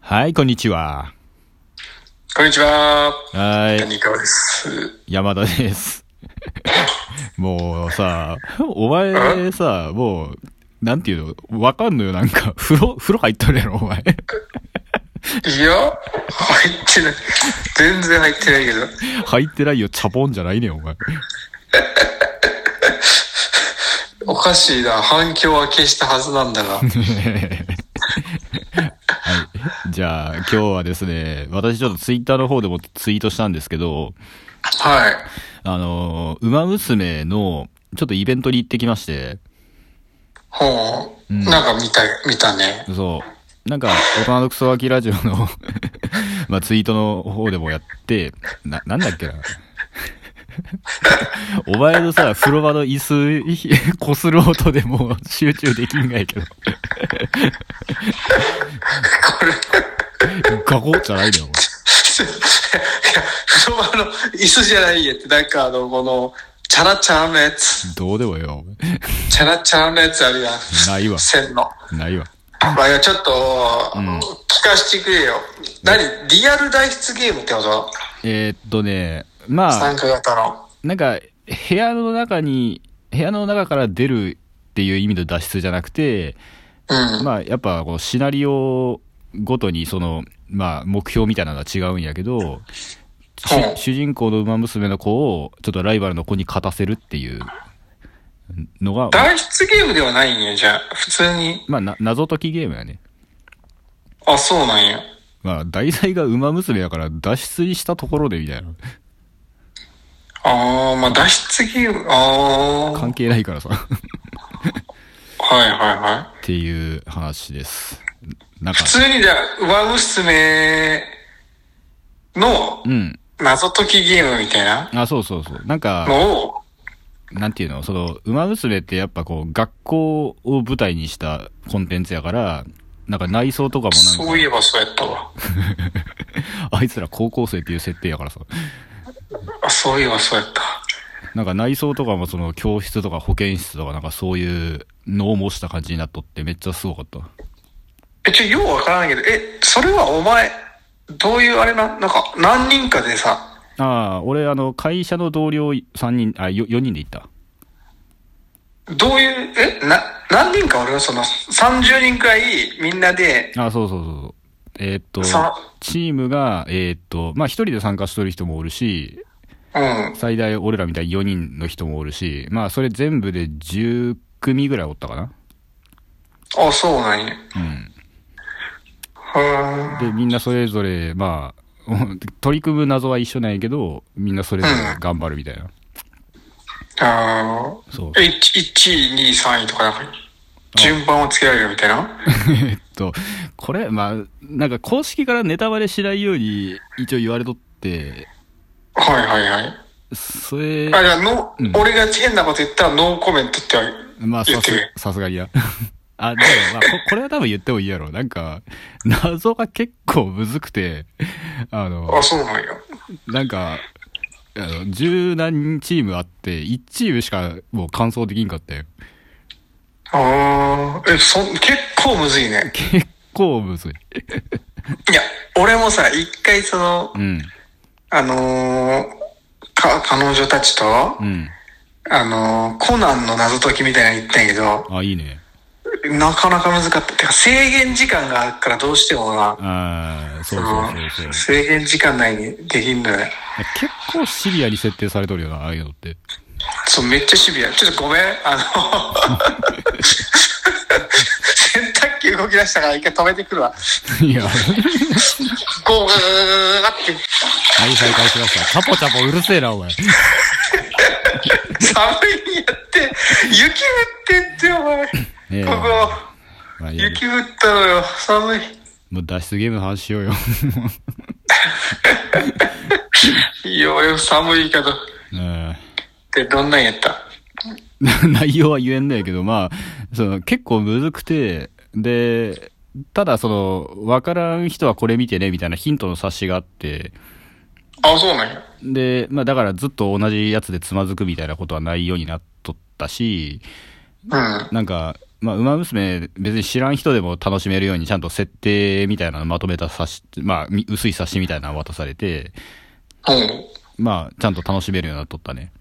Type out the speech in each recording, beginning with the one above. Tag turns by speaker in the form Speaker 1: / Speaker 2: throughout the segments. Speaker 1: はい、こんにちは。
Speaker 2: こんにちは。
Speaker 1: は
Speaker 2: 谷川です。
Speaker 1: い、山田です。もうさ、お前さ、もう、なんていうの、わかんのよ、なんか。風呂、風呂入っとるやろ、お前。
Speaker 2: いや、入ってない。全然入ってないけど。
Speaker 1: 入ってないよ、チャポンじゃないねんお前。
Speaker 2: おかしいな。反響は消したはずなんだが。
Speaker 1: じゃあ、今日はですね、私ちょっとツイッターの方でもツイートしたんですけど、
Speaker 2: はい。
Speaker 1: あの、ウマ娘の、ちょっとイベントに行ってきまして、
Speaker 2: ほう。なんか見た、見たね。
Speaker 1: そう。なんか、大人のクソガキラジオの、 まあ、ツイートの方でもやって、な、なんだっけな。 お前のさ、風呂場の椅子ひ、こする音でもう集中できんがいけど。
Speaker 2: これ、い
Speaker 1: ガコじゃないのよ。
Speaker 2: や、風呂場の椅子じゃないやって、なんかあの、この、チャラチャラのやつ。
Speaker 1: どうでもよ。
Speaker 2: チャラチャラのやつあるやん。
Speaker 1: ないわ。
Speaker 2: 線の。
Speaker 1: ないわ。
Speaker 2: まあ、いやちょっと、聞かせてくれよ。何リアル代筆ゲームってこと
Speaker 1: えーっとね、まあ、
Speaker 2: 参加型の。
Speaker 1: なんか、部屋の中に、部屋の中から出るっていう意味の脱出じゃなくて、
Speaker 2: うん。
Speaker 1: まあ、やっぱ、こう、シナリオごとに、その、まあ、目標みたいなのは違うんやけど、し
Speaker 2: うん
Speaker 1: 主人公の馬娘の子を、ちょっとライバルの子に勝たせるっていうのが、
Speaker 2: 脱出ゲームではないんや、じゃあ。普通に。
Speaker 1: まあ、な謎解きゲームやね。
Speaker 2: あ、そうなんや。
Speaker 1: まあ、題材が馬娘だから、脱出したところでみたいな。
Speaker 2: ああ、まあ脱出ゲーム、ああ。
Speaker 1: 関係ないからさ。
Speaker 2: はいはいはい。
Speaker 1: っていう話です。なんか
Speaker 2: 普、通にじゃあ、馬娘の
Speaker 1: うん。
Speaker 2: 謎解きゲームみたいな
Speaker 1: あ、そうそうそう。なんか、
Speaker 2: のを、
Speaker 1: なんていうのその、馬娘ってやっぱこう、学校を舞台にしたコンテンツやから、なんか内装とかもなんか、
Speaker 2: そういえばそうやったわ。
Speaker 1: あいつら高校生っていう設定やからさ、
Speaker 2: あ、そういえばそうやった。
Speaker 1: なんか内装とかもその、教室とか保健室とかなんかそういうのを模した感じになっとってめっちゃすごかった。
Speaker 2: え、ちょ、ようわからんけど、え、それはお前、どういうあれな、なんか、何人かでさ、
Speaker 1: ああ、俺あの、会社の同僚3人、あ、よ4人で行った。
Speaker 2: どういう、え、な、何人か俺はその、30人くらいみんなで、
Speaker 1: あ、そうそうそうそう。えーっと
Speaker 2: さ、
Speaker 1: チームが、えーっと、まあ、一人で参加しとる人もおるし、
Speaker 2: うん。
Speaker 1: 最大俺らみたいに4人の人もおるし、まあそれ全部で10組ぐらいおったかな。
Speaker 2: あ、そうなんや。
Speaker 1: うん。
Speaker 2: は
Speaker 1: で、みんなそれぞれ、まあ、 取り組む謎は一緒なんやけど、みんなそれぞれ頑張るみたいな。
Speaker 2: あ。ああ。
Speaker 1: そう。
Speaker 2: え、1位、2位、3位とかなんか、順番をつけられるみたいな
Speaker 1: えっと、これ、まあ、なんか公式からネタバレしないように一応言われとって、
Speaker 2: はいはいはい。
Speaker 1: それ、
Speaker 2: あ、じゃあ、ノー俺が変なこと言ったらノーコメントって
Speaker 1: まあ
Speaker 2: 言
Speaker 1: さ
Speaker 2: っ
Speaker 1: す
Speaker 2: てく れ。、
Speaker 1: さすがにや。あ、でもまあこ、これは多分言ってもいいやろ。なんか、謎が結構むずくて、あの、
Speaker 2: あ、そうなんや。
Speaker 1: なんか、あの、十何チームあって、1チームしかもう完走できんかったよ。
Speaker 2: あーえ、そ、結構むずいね。
Speaker 1: 結構むずい。
Speaker 2: いや、俺もさ、一回その
Speaker 1: う、ん、
Speaker 2: あのーか、彼女たちと、
Speaker 1: うん。
Speaker 2: あのーコナンの謎解きみたいなの行ったんやけど、
Speaker 1: あ、いいね。
Speaker 2: なかなか難かった。てか、制限時間があるからどうしてもな、
Speaker 1: あーそう
Speaker 2: その
Speaker 1: そうそうそう。
Speaker 2: 制限時間内にできんのよ。
Speaker 1: 結構シビアに設定されとるよな、ああいうのって。
Speaker 2: そう、めっちゃシビア。ちょっとごめん。あの、洗濯機動き出したから一回止めてくるわ。
Speaker 1: いや、はい
Speaker 2: ゴーガーっ
Speaker 1: はい、返しました。チャポチャポうるせえな、お前。
Speaker 2: て、寒いんやって、雪降ってんて、お前。
Speaker 1: ええ
Speaker 2: ここ、
Speaker 1: まあ、いいや
Speaker 2: 雪降ったのよ、寒い。
Speaker 1: もう脱出ゲームの話しよう よ。
Speaker 2: いいよ、俺も寒いけど。
Speaker 1: うん
Speaker 2: で、どんなんやった
Speaker 1: 内容は言えんねやけど、まあ、その結構むずくて、で、ただその、わからん人はこれ見てね、みたいなヒントの冊子があって、
Speaker 2: あ、そうなんや。
Speaker 1: で、まあだからずっと同じやつでつまずくみたいなことはないようになっとったし、
Speaker 2: うん。
Speaker 1: なんか、まあ、馬娘、別に知らん人でも楽しめるように、ちゃんと設定みたいなのまとめた冊子、まあ、み薄い冊子みたいなの渡されて、
Speaker 2: うん。
Speaker 1: まあ、ちゃんと楽しめるようになっとったね。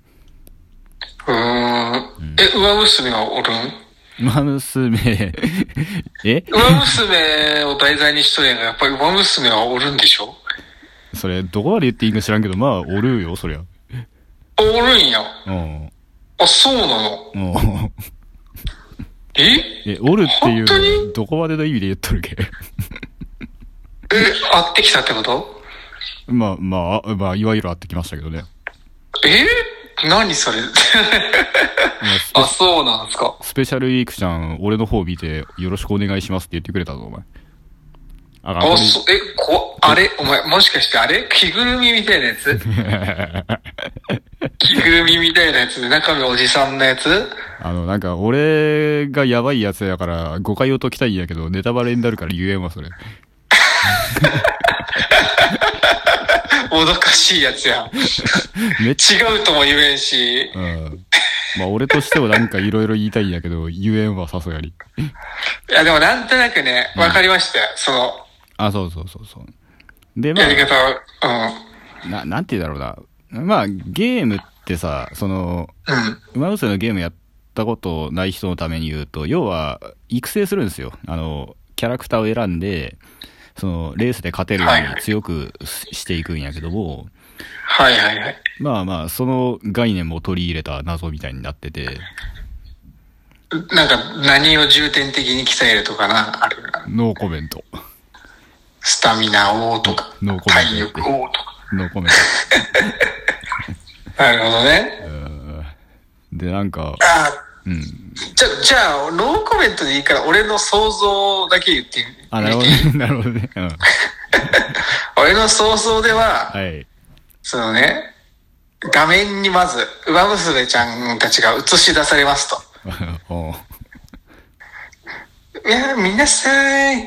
Speaker 2: うーん。え、馬娘はおるん
Speaker 1: 馬娘、 え
Speaker 2: 馬娘を題材にしとるやんが、やっぱり馬娘はおるんでしょ
Speaker 1: それ、どこまで言っていいんか知らんけど、まあ、おるよ、そりゃ。
Speaker 2: おるんや。
Speaker 1: うん。
Speaker 2: あ、そうなの
Speaker 1: うん。
Speaker 2: え
Speaker 1: え、おるっていう
Speaker 2: 本当に
Speaker 1: の、どこまでの意味で言っとるけ
Speaker 2: え、会ってきたってこと
Speaker 1: まあ、まあ、まあ、いわゆる会ってきましたけどね。
Speaker 2: え何 それあ、そうなんですか。
Speaker 1: スペシャルウィークちゃん、俺の方見て、よろしくお願いしますって言ってくれたぞ、お前。あかん、
Speaker 2: あ、
Speaker 1: こ
Speaker 2: そえ、こ、あれお前、もしかしてあれ着ぐるみみたいな やつ着ぐるみみたいなやつで中身おじさんのやつ
Speaker 1: あの、なんか、俺がやばいやつやから、誤解を解きたいんやけど、ネタバレになるから言えんわ、それ。
Speaker 2: おどかしいやつやん。
Speaker 1: めっち
Speaker 2: 違うとも言えんし、
Speaker 1: ゃ、うん。まあ、俺としてはなんかいろいろ言いたいんやけど、言えんわ、さすがに。
Speaker 2: いやでもなんとなくね、わかりましたよ。その、
Speaker 1: あ、そうそうそうそう。で、ま
Speaker 2: やり方は、
Speaker 1: あ、な、なんて言うんだろうな。まあ、ゲームってさ、その、
Speaker 2: うん。うん。
Speaker 1: 馬娘のゲームやったことない人のために言うと、要は、育成するんですよ。あの、キャラクターを選んで、その、レースで勝てるように強くししていくんやけども、
Speaker 2: はいはいはい。
Speaker 1: まあまあ、その概念も取り入れた謎みたいになってて、
Speaker 2: なんか、何を重点的に鍛えるとかな、あるよな
Speaker 1: ノーコメント。
Speaker 2: スタミナをとか、
Speaker 1: ノーコメント
Speaker 2: 体力をとか。
Speaker 1: ノーコメント。
Speaker 2: なるほどね。
Speaker 1: で、なんか、
Speaker 2: あ
Speaker 1: うん。
Speaker 2: じゃ、じゃあ、ノーコメントでいいから、俺の想像だけ言ってみ
Speaker 1: あ、なるほど
Speaker 2: 見て
Speaker 1: ね。なるほどね。うん。
Speaker 2: 俺の想像では、
Speaker 1: はい。
Speaker 2: そのね、画面にまず、馬娘ちゃんたちが映し出されますと。
Speaker 1: おう
Speaker 2: いやー、皆さん、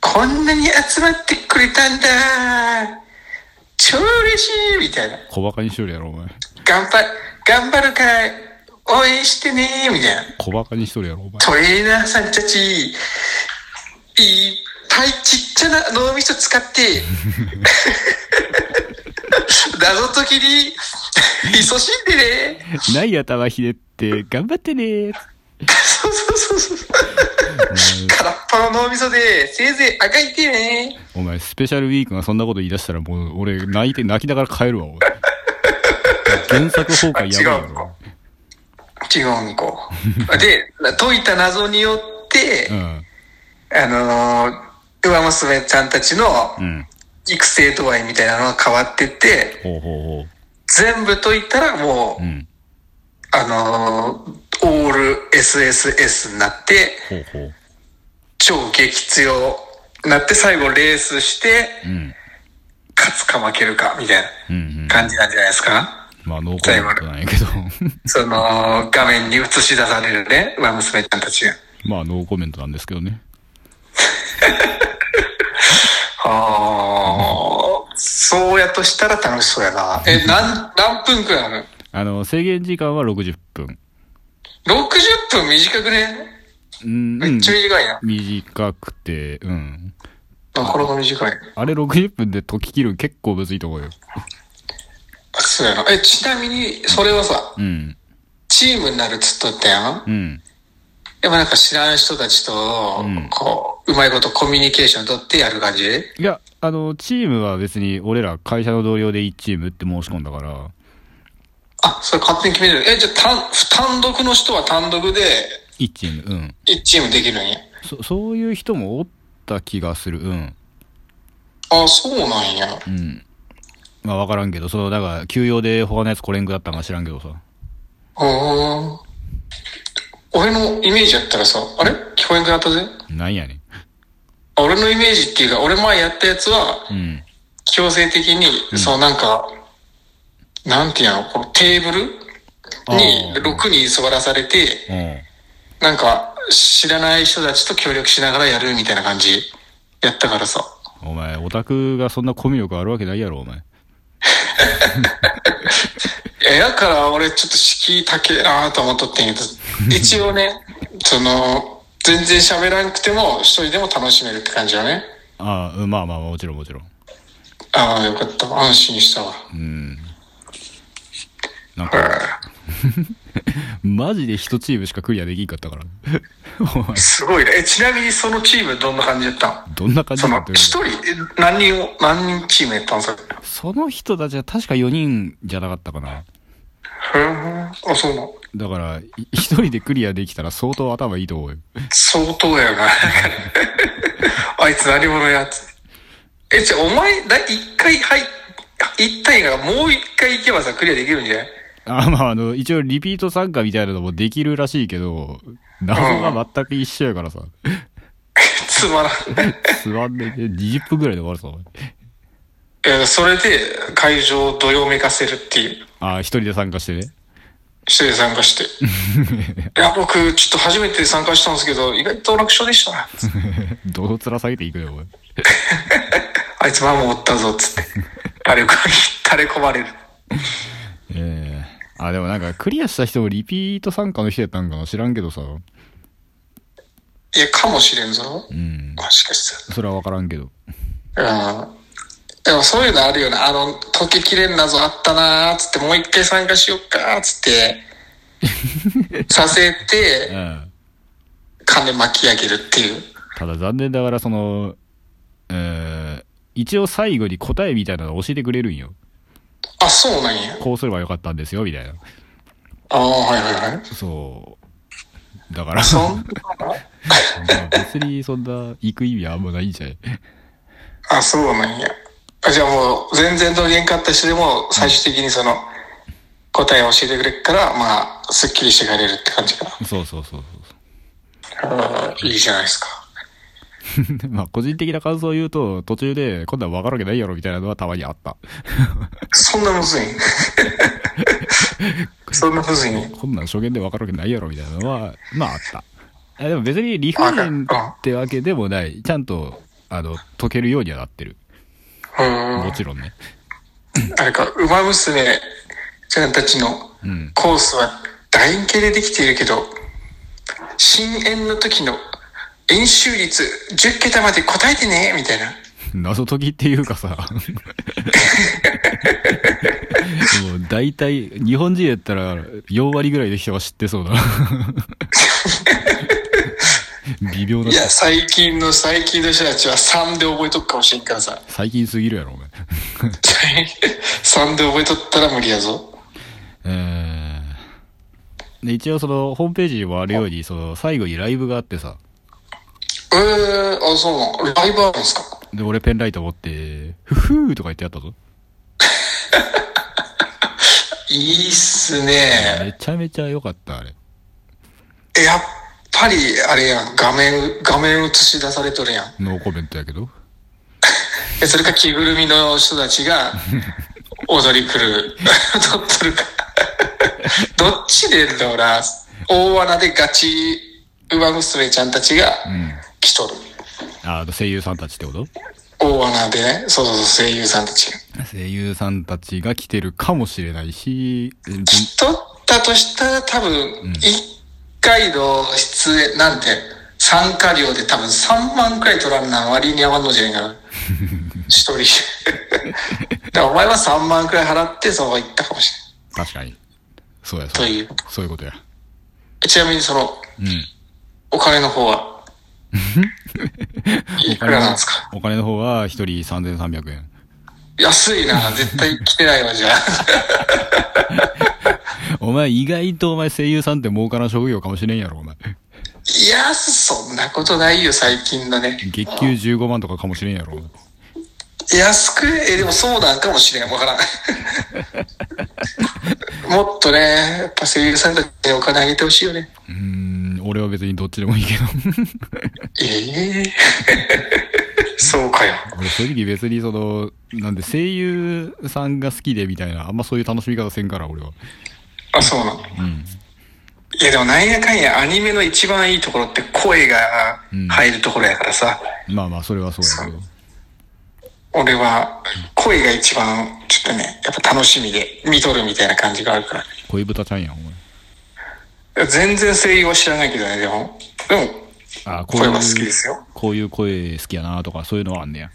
Speaker 2: こんなに集まってくれたんだ超嬉しいみたいな。
Speaker 1: 小馬鹿にしとるやろ、お前。
Speaker 2: 頑張、頑張るから、応援してねみたいな。
Speaker 1: 小馬鹿にしとるやろ、お前。
Speaker 2: トレーナーさんたち、いっぱいちっちゃな脳みそ使って、 謎解き に、勤しんでね。
Speaker 1: ない頭ひねって、頑張ってねー。
Speaker 2: そうそうそうそう。空っぽの脳みそで、せいぜいあがいてね。
Speaker 1: お前、スペシャルウィークがそんなこと言い出したら、もう、俺、泣いて、泣きながら帰るわ、俺。原作崩壊やばいやろ。
Speaker 2: 違うんこ う。で、解いた謎によって
Speaker 1: う、ん。
Speaker 2: あのー、馬娘ちゃんたちの
Speaker 1: うん。
Speaker 2: 育成度合いみたいなのが変わってって、
Speaker 1: ほうほうほ
Speaker 2: 全部解いたらも
Speaker 1: う。
Speaker 2: う、
Speaker 1: うん。
Speaker 2: あのー、オール SSS になって、
Speaker 1: ほうほう。
Speaker 2: 超激強になって、最後レースして、
Speaker 1: うん。
Speaker 2: 勝つか負けるか、みたい
Speaker 1: うんうん
Speaker 2: な。感じなんじゃないですか、
Speaker 1: まあ、濃厚なことなんやけど。
Speaker 2: その、画面に映し出されるね、馬娘ちゃんたちが。
Speaker 1: まあ、ノーコメントなんですけどね。
Speaker 2: ああ、そうやとしたら楽しそうやな。 え、何、何分くらいある
Speaker 1: あの、制限時間は60分。
Speaker 2: ?60 分短くね
Speaker 1: うん、う
Speaker 2: めっ
Speaker 1: ん。
Speaker 2: ちゃ短いな。
Speaker 1: 短くて、うん。
Speaker 2: なかなか短い。
Speaker 1: あれ60分で解き切る結構むずいとこよ。
Speaker 2: そうやな。え、ちなみに、それはさ、
Speaker 1: うん。
Speaker 2: チームになるっつっとったやん
Speaker 1: うん。
Speaker 2: でもなんか知らん人たちと、こう、うまいことコミュニケーション取ってやる感じ
Speaker 1: いや、あの、チームは別に俺ら会社の同僚で1チームって申し込んだから、
Speaker 2: あ、それ勝手に決める。え、じゃあ単、単独の人は単独で、
Speaker 1: 1チーム、うん。
Speaker 2: 1チームできるんや。
Speaker 1: そ、そういう人もおった気がする、うん。
Speaker 2: あ、そうなんや。
Speaker 1: うん。まあ分からんけど、その、だから、休養で他のやつこれんくだったんか知らんけどさ。
Speaker 2: うん。俺のイメージやったらさ、あれ聞こえんくなったぜ。
Speaker 1: なんやね
Speaker 2: あ俺のイメージっていうか、俺前やったやつは、
Speaker 1: ん。うん。
Speaker 2: 強制的に、そうなんか、なんていうの、このテーブル
Speaker 1: あ
Speaker 2: に
Speaker 1: ー
Speaker 2: 6人座らされて、
Speaker 1: う
Speaker 2: なんか、知らない人たちと協力しながらやるみたいな感じ、やったからさ。
Speaker 1: ん。お前、オタクがそんなコミュ力あるわけないやろ、お前。
Speaker 2: いや、や から俺ちょっと敷居高えなと思っとってんけど、一応ね、その、全然喋らなくても、一人でも楽しめるって感じだね。
Speaker 1: ああ、うんまあまあ、もちろんもちろん。
Speaker 2: ああ、よかった。安心したわ。
Speaker 1: うん。なん
Speaker 2: うん
Speaker 1: か、 マジで一チームしかクリアできんかったから。 お前、
Speaker 2: すごいね。え、ちなみにそのチームどんな感じだった
Speaker 1: どんな感
Speaker 2: の
Speaker 1: じ
Speaker 2: そ
Speaker 1: だ
Speaker 2: の
Speaker 1: っ、た
Speaker 2: 一人、え何人を、何人チームやったんすか
Speaker 1: その人たちは確か4人じゃなかったかな。
Speaker 2: ふーん。あ、そうなの。
Speaker 1: だから、い一人でクリアできたら相当頭いいと思うよ。
Speaker 2: 相当やな。あいつ何者やつ。え、じゃあお前、だ一回、はい、一体がもう一回行けばさ、クリアできるんじゃない
Speaker 1: あまあ、あの、一応リピート参加みたいなのもできるらしいけど、謎が全く一緒やからさ、
Speaker 2: つまらん。
Speaker 1: つまんねえ、20分ぐらいで終わるぞ、お前
Speaker 2: え、それで会場をどよめかせるっていう。
Speaker 1: あ一人で参加してね。
Speaker 2: 一人で参加して。いや、僕、ちょっと初めて参加したんですけど、意外と楽勝でしたな。
Speaker 1: どの面下げていくよ、お前。
Speaker 2: あいつママおったぞ、つって。垂れ込み、垂れ込まれる。
Speaker 1: ええあ、でもなんか、クリアした人もリピート参加の人やったんかな知らんけどさ。
Speaker 2: いや、かもしれんぞ。
Speaker 1: うん。
Speaker 2: もしかしたら。
Speaker 1: それはわからんけど。
Speaker 2: うんでもそういうのあるよな。あの、解けきれん謎あったなーっつって、もう一回参加しよっかーっつって、 させ
Speaker 1: う
Speaker 2: て、
Speaker 1: ん。
Speaker 2: 金巻き上げるっていう。
Speaker 1: ただ残念ながら、その、えー一応最後に答えみたいなの教えてくれるんよ。
Speaker 2: あ、そうなんや。
Speaker 1: こうすればよかったんですよ、みたいな。
Speaker 2: ああ、はいはいはい。
Speaker 1: そう。だから、
Speaker 2: そんな
Speaker 1: まあ別にそんな行く意味はあんまないんじゃない
Speaker 2: あ、そうなんや。あじゃあもう、全然取りえんかった人でも、最終的にその、答えを教えてくれっから、まあ、スッキリして帰れるって感じか
Speaker 1: そうそうそうそ
Speaker 2: な。うんいいじゃないですか。
Speaker 1: う。で まあ個人的な感想を言うと、途中で、今度は分かるわけないやろみたいなのはたまにあった。
Speaker 2: そんなむず いんそんなむずいん
Speaker 1: こんなん初見で分かるわけないやろみたいなのは、まああった。えでも別に理不尽ってわけでもない。ちゃんと、あの、解けるようにはなってる。
Speaker 2: うん。
Speaker 1: もちろんね。
Speaker 2: あれか、馬娘ちゃんたちの
Speaker 1: ん
Speaker 2: コースは楕円形でできているけど、新演の時の演習率10桁まで答えてね、みたいな。。
Speaker 1: 謎解きっていうかさ、 もう大体、日本人やったら4割ぐらいの人は知ってそうだな。微妙ない
Speaker 2: や、最近の最近の人たちは3で覚えとくかもしれんからさ。
Speaker 1: 最近すぎるやろ、お前。
Speaker 2: 3で覚えとったら無理やぞ。
Speaker 1: えーで一応その、ホームページにもあるように、その、最後にライブがあってさ、
Speaker 2: えー、あ、そうなの。ライブあるんですか
Speaker 1: で、俺ペンライト持って、ふふーとか言ってやったぞ。
Speaker 2: いいっすね。
Speaker 1: めちゃめちゃ良かった、あれ。
Speaker 2: えやっぱり、あれやん。画面、画面映し出されとるやん。
Speaker 1: ノーコメントやけど。
Speaker 2: えそれか着ぐるみの人たちが踊り来る、踊っとるか。 どっちでんだろうな。大穴でガチ馬娘ちゃんたちが来とる。
Speaker 1: ああの、声優さんたちってこと
Speaker 2: 大穴でね、そうそうそう、声優さんたちが。
Speaker 1: 声優さんたちが来てるかもしれないし、えー
Speaker 2: 来とったとしたら多分、一回の出演、なんて、参加料で多分3万くらい取らんな割に合わんのじゃないかな。一人。 だからお前は3万くらい払ってそのまま行ったかもしれない。
Speaker 1: 確かに。そうや、そ
Speaker 2: と
Speaker 1: う
Speaker 2: い
Speaker 1: や
Speaker 2: う。
Speaker 1: そういうことや。
Speaker 2: ちなみにその、
Speaker 1: うん。
Speaker 2: お金の方は、いくらなんですか
Speaker 1: お金の方は、一人3300円。
Speaker 2: 安いな、絶対来てないわ、じゃあ。
Speaker 1: お前、意外とお前声優さんって儲からん職業かもしれんやろ、お前。
Speaker 2: いや、そんなことないよ、最近のね。
Speaker 1: 月給15万とかかもしれんやろ。
Speaker 2: 安くえ、でもそうなんかもしれん、わからん。 もっとね、やっぱ声優さんたちにお金あげてほしいよね。
Speaker 1: うーん、俺は別にどっちでもいいけど。
Speaker 2: ええ そうかよ。
Speaker 1: 俺正直別にその、なんで声優さんが好きでみたいな、あんまそういう楽しみ方せんから、俺は。
Speaker 2: あ、そうなの。いや、でもなんやかんや、アニメの一番いいところって声が入るところやからさ。
Speaker 1: まあまあ、それはそうやけど。
Speaker 2: 俺は声が一番ちょっとねやっぱ楽しみで見とるみたいな感じがあるか
Speaker 1: 恋豚ちゃんやん、お前。
Speaker 2: ら全然声優は知らないけどねでもでも
Speaker 1: あこうい
Speaker 2: 声
Speaker 1: う
Speaker 2: は好きですよ。
Speaker 1: こういう声好きやなとか、そういうのはあんねや。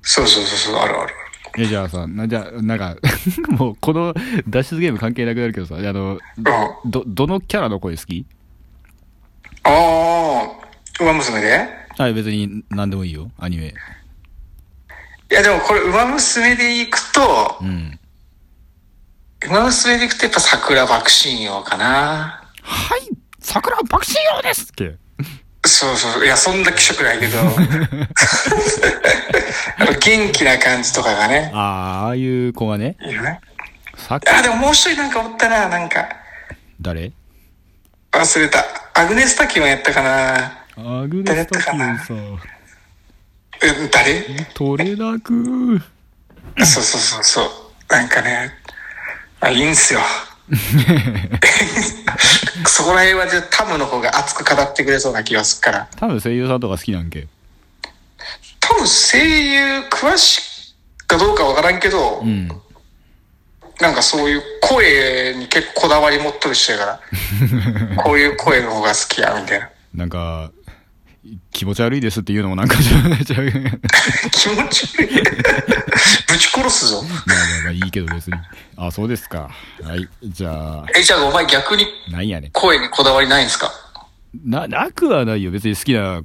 Speaker 2: そうそうそうそう、あるある。
Speaker 1: え、じゃあさ、なじゃあ、なんか、 もう、この脱出ゲーム関係なくなるけどさ、あの、
Speaker 2: うん。あ
Speaker 1: ど、どのキャラの声好き
Speaker 2: あー、馬娘で
Speaker 1: はい、別に何でもいいよ、アニメ。
Speaker 2: いやでもこれ、馬娘で行くと
Speaker 1: う、ん。
Speaker 2: 馬娘で行くとやっぱ桜爆心用かな。
Speaker 1: はい、桜爆心王ですっけ
Speaker 2: そうそう、いや、そんな気色ないけど。 あの元気な感じとかがね。
Speaker 1: ああ、ああいう子がね、
Speaker 2: いいよね。
Speaker 1: 桜、
Speaker 2: あ、でももう一人なんかおったな、なんか。
Speaker 1: 誰
Speaker 2: 忘れた。アグネスタキオンやったかな。
Speaker 1: アグネスタキオンさん、
Speaker 2: え誰
Speaker 1: 取れなく。
Speaker 2: そうそうそうそう。なんかね、あいい んすよ。そこら辺はじゃあタムの方が熱く語ってくれそうな気がするから。
Speaker 1: 多分声優さんとか好きなんけ。
Speaker 2: 多分声優詳しいかどうかわからんけど、
Speaker 1: うん。
Speaker 2: なんかそういう声に結構こだわり持っとる人 やから、こういう声の方が好きや、みたいな。
Speaker 1: なんか、気持ち悪いですっていうのもなんかちょっとねちゃう。まあ
Speaker 2: 気持ち悪い。ぶち殺すぞ。
Speaker 1: まあまあいいけど別に。あ、そうですか。はい。じゃあ、
Speaker 2: え、じゃあお前逆に
Speaker 1: なんやねん。
Speaker 2: 声にこだわりないんですか
Speaker 1: な、なくはないよ。別に好きな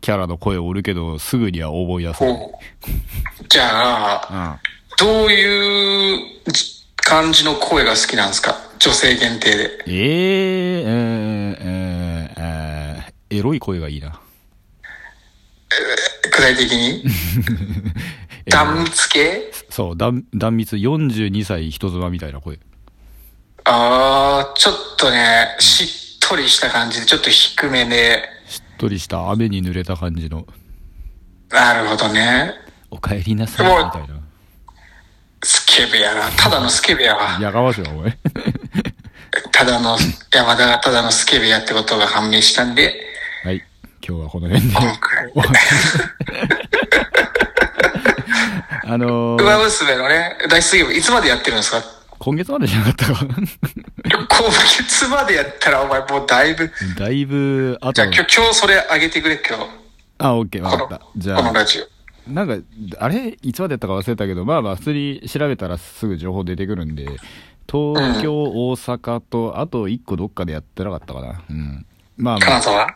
Speaker 1: キャラの声おるけど、すぐには思い出せない。
Speaker 2: こうじゃあ、
Speaker 1: うん。
Speaker 2: どういうじ感じの声が好きなんですか女性限定で。
Speaker 1: ええー、えー、えー、エロい声がいいな。
Speaker 2: 具体的に。断蜜系
Speaker 1: そう、断断密42歳人妻みたいな声。
Speaker 2: あー、ちょっとね、しっとりした感じで、ちょっと低めで。
Speaker 1: しっとりした雨に濡れた感じの、
Speaker 2: なるほどね。
Speaker 1: お帰りなさいみたいな。
Speaker 2: スケベやな。ただのスケベやわ。
Speaker 1: やかましいわ、 お前。
Speaker 2: ただの、山田がただのスケベやってことが判明したんで、
Speaker 1: はい。今日はこの辺で。
Speaker 2: 今回。
Speaker 1: あ のー、
Speaker 2: 馬娘のね、大水曜日、いつまでやってるん ですか
Speaker 1: 今月までじゃなかったか。
Speaker 2: 今月までやったら、お前もうだいぶ。
Speaker 1: だいぶ、あ
Speaker 2: じ
Speaker 1: と
Speaker 2: ゃあ、、今日、今日それあげてくれ、今日。
Speaker 1: あ、オッケー、わか
Speaker 2: この、
Speaker 1: った。
Speaker 2: こ
Speaker 1: じゃあ
Speaker 2: の、ラジオ。
Speaker 1: なんか、あれいつまでやったか忘れたけど、まあまあ、普通に調べたらすぐ情報出てくるんで、東京、大阪と、あと一個どっかでやってなかったかな。うん。まあま
Speaker 2: 金
Speaker 1: あ、
Speaker 2: 沢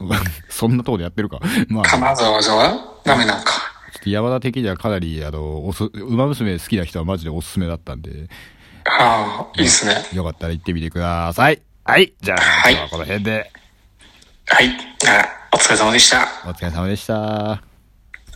Speaker 1: そんなとこでやってるか。まあ、ちょ
Speaker 2: 金沢じゃダメなんか。
Speaker 1: っと山田的にはかなり、あの、おす、馬娘好きな人はマジでおすすめだったんで、
Speaker 2: ああ、いいですね。
Speaker 1: よかったら行ってみてください。はい。じゃあ、
Speaker 2: はい
Speaker 1: 今日はこの辺で、
Speaker 2: はい。じゃあお疲れ様でした。
Speaker 1: お疲れ様でした。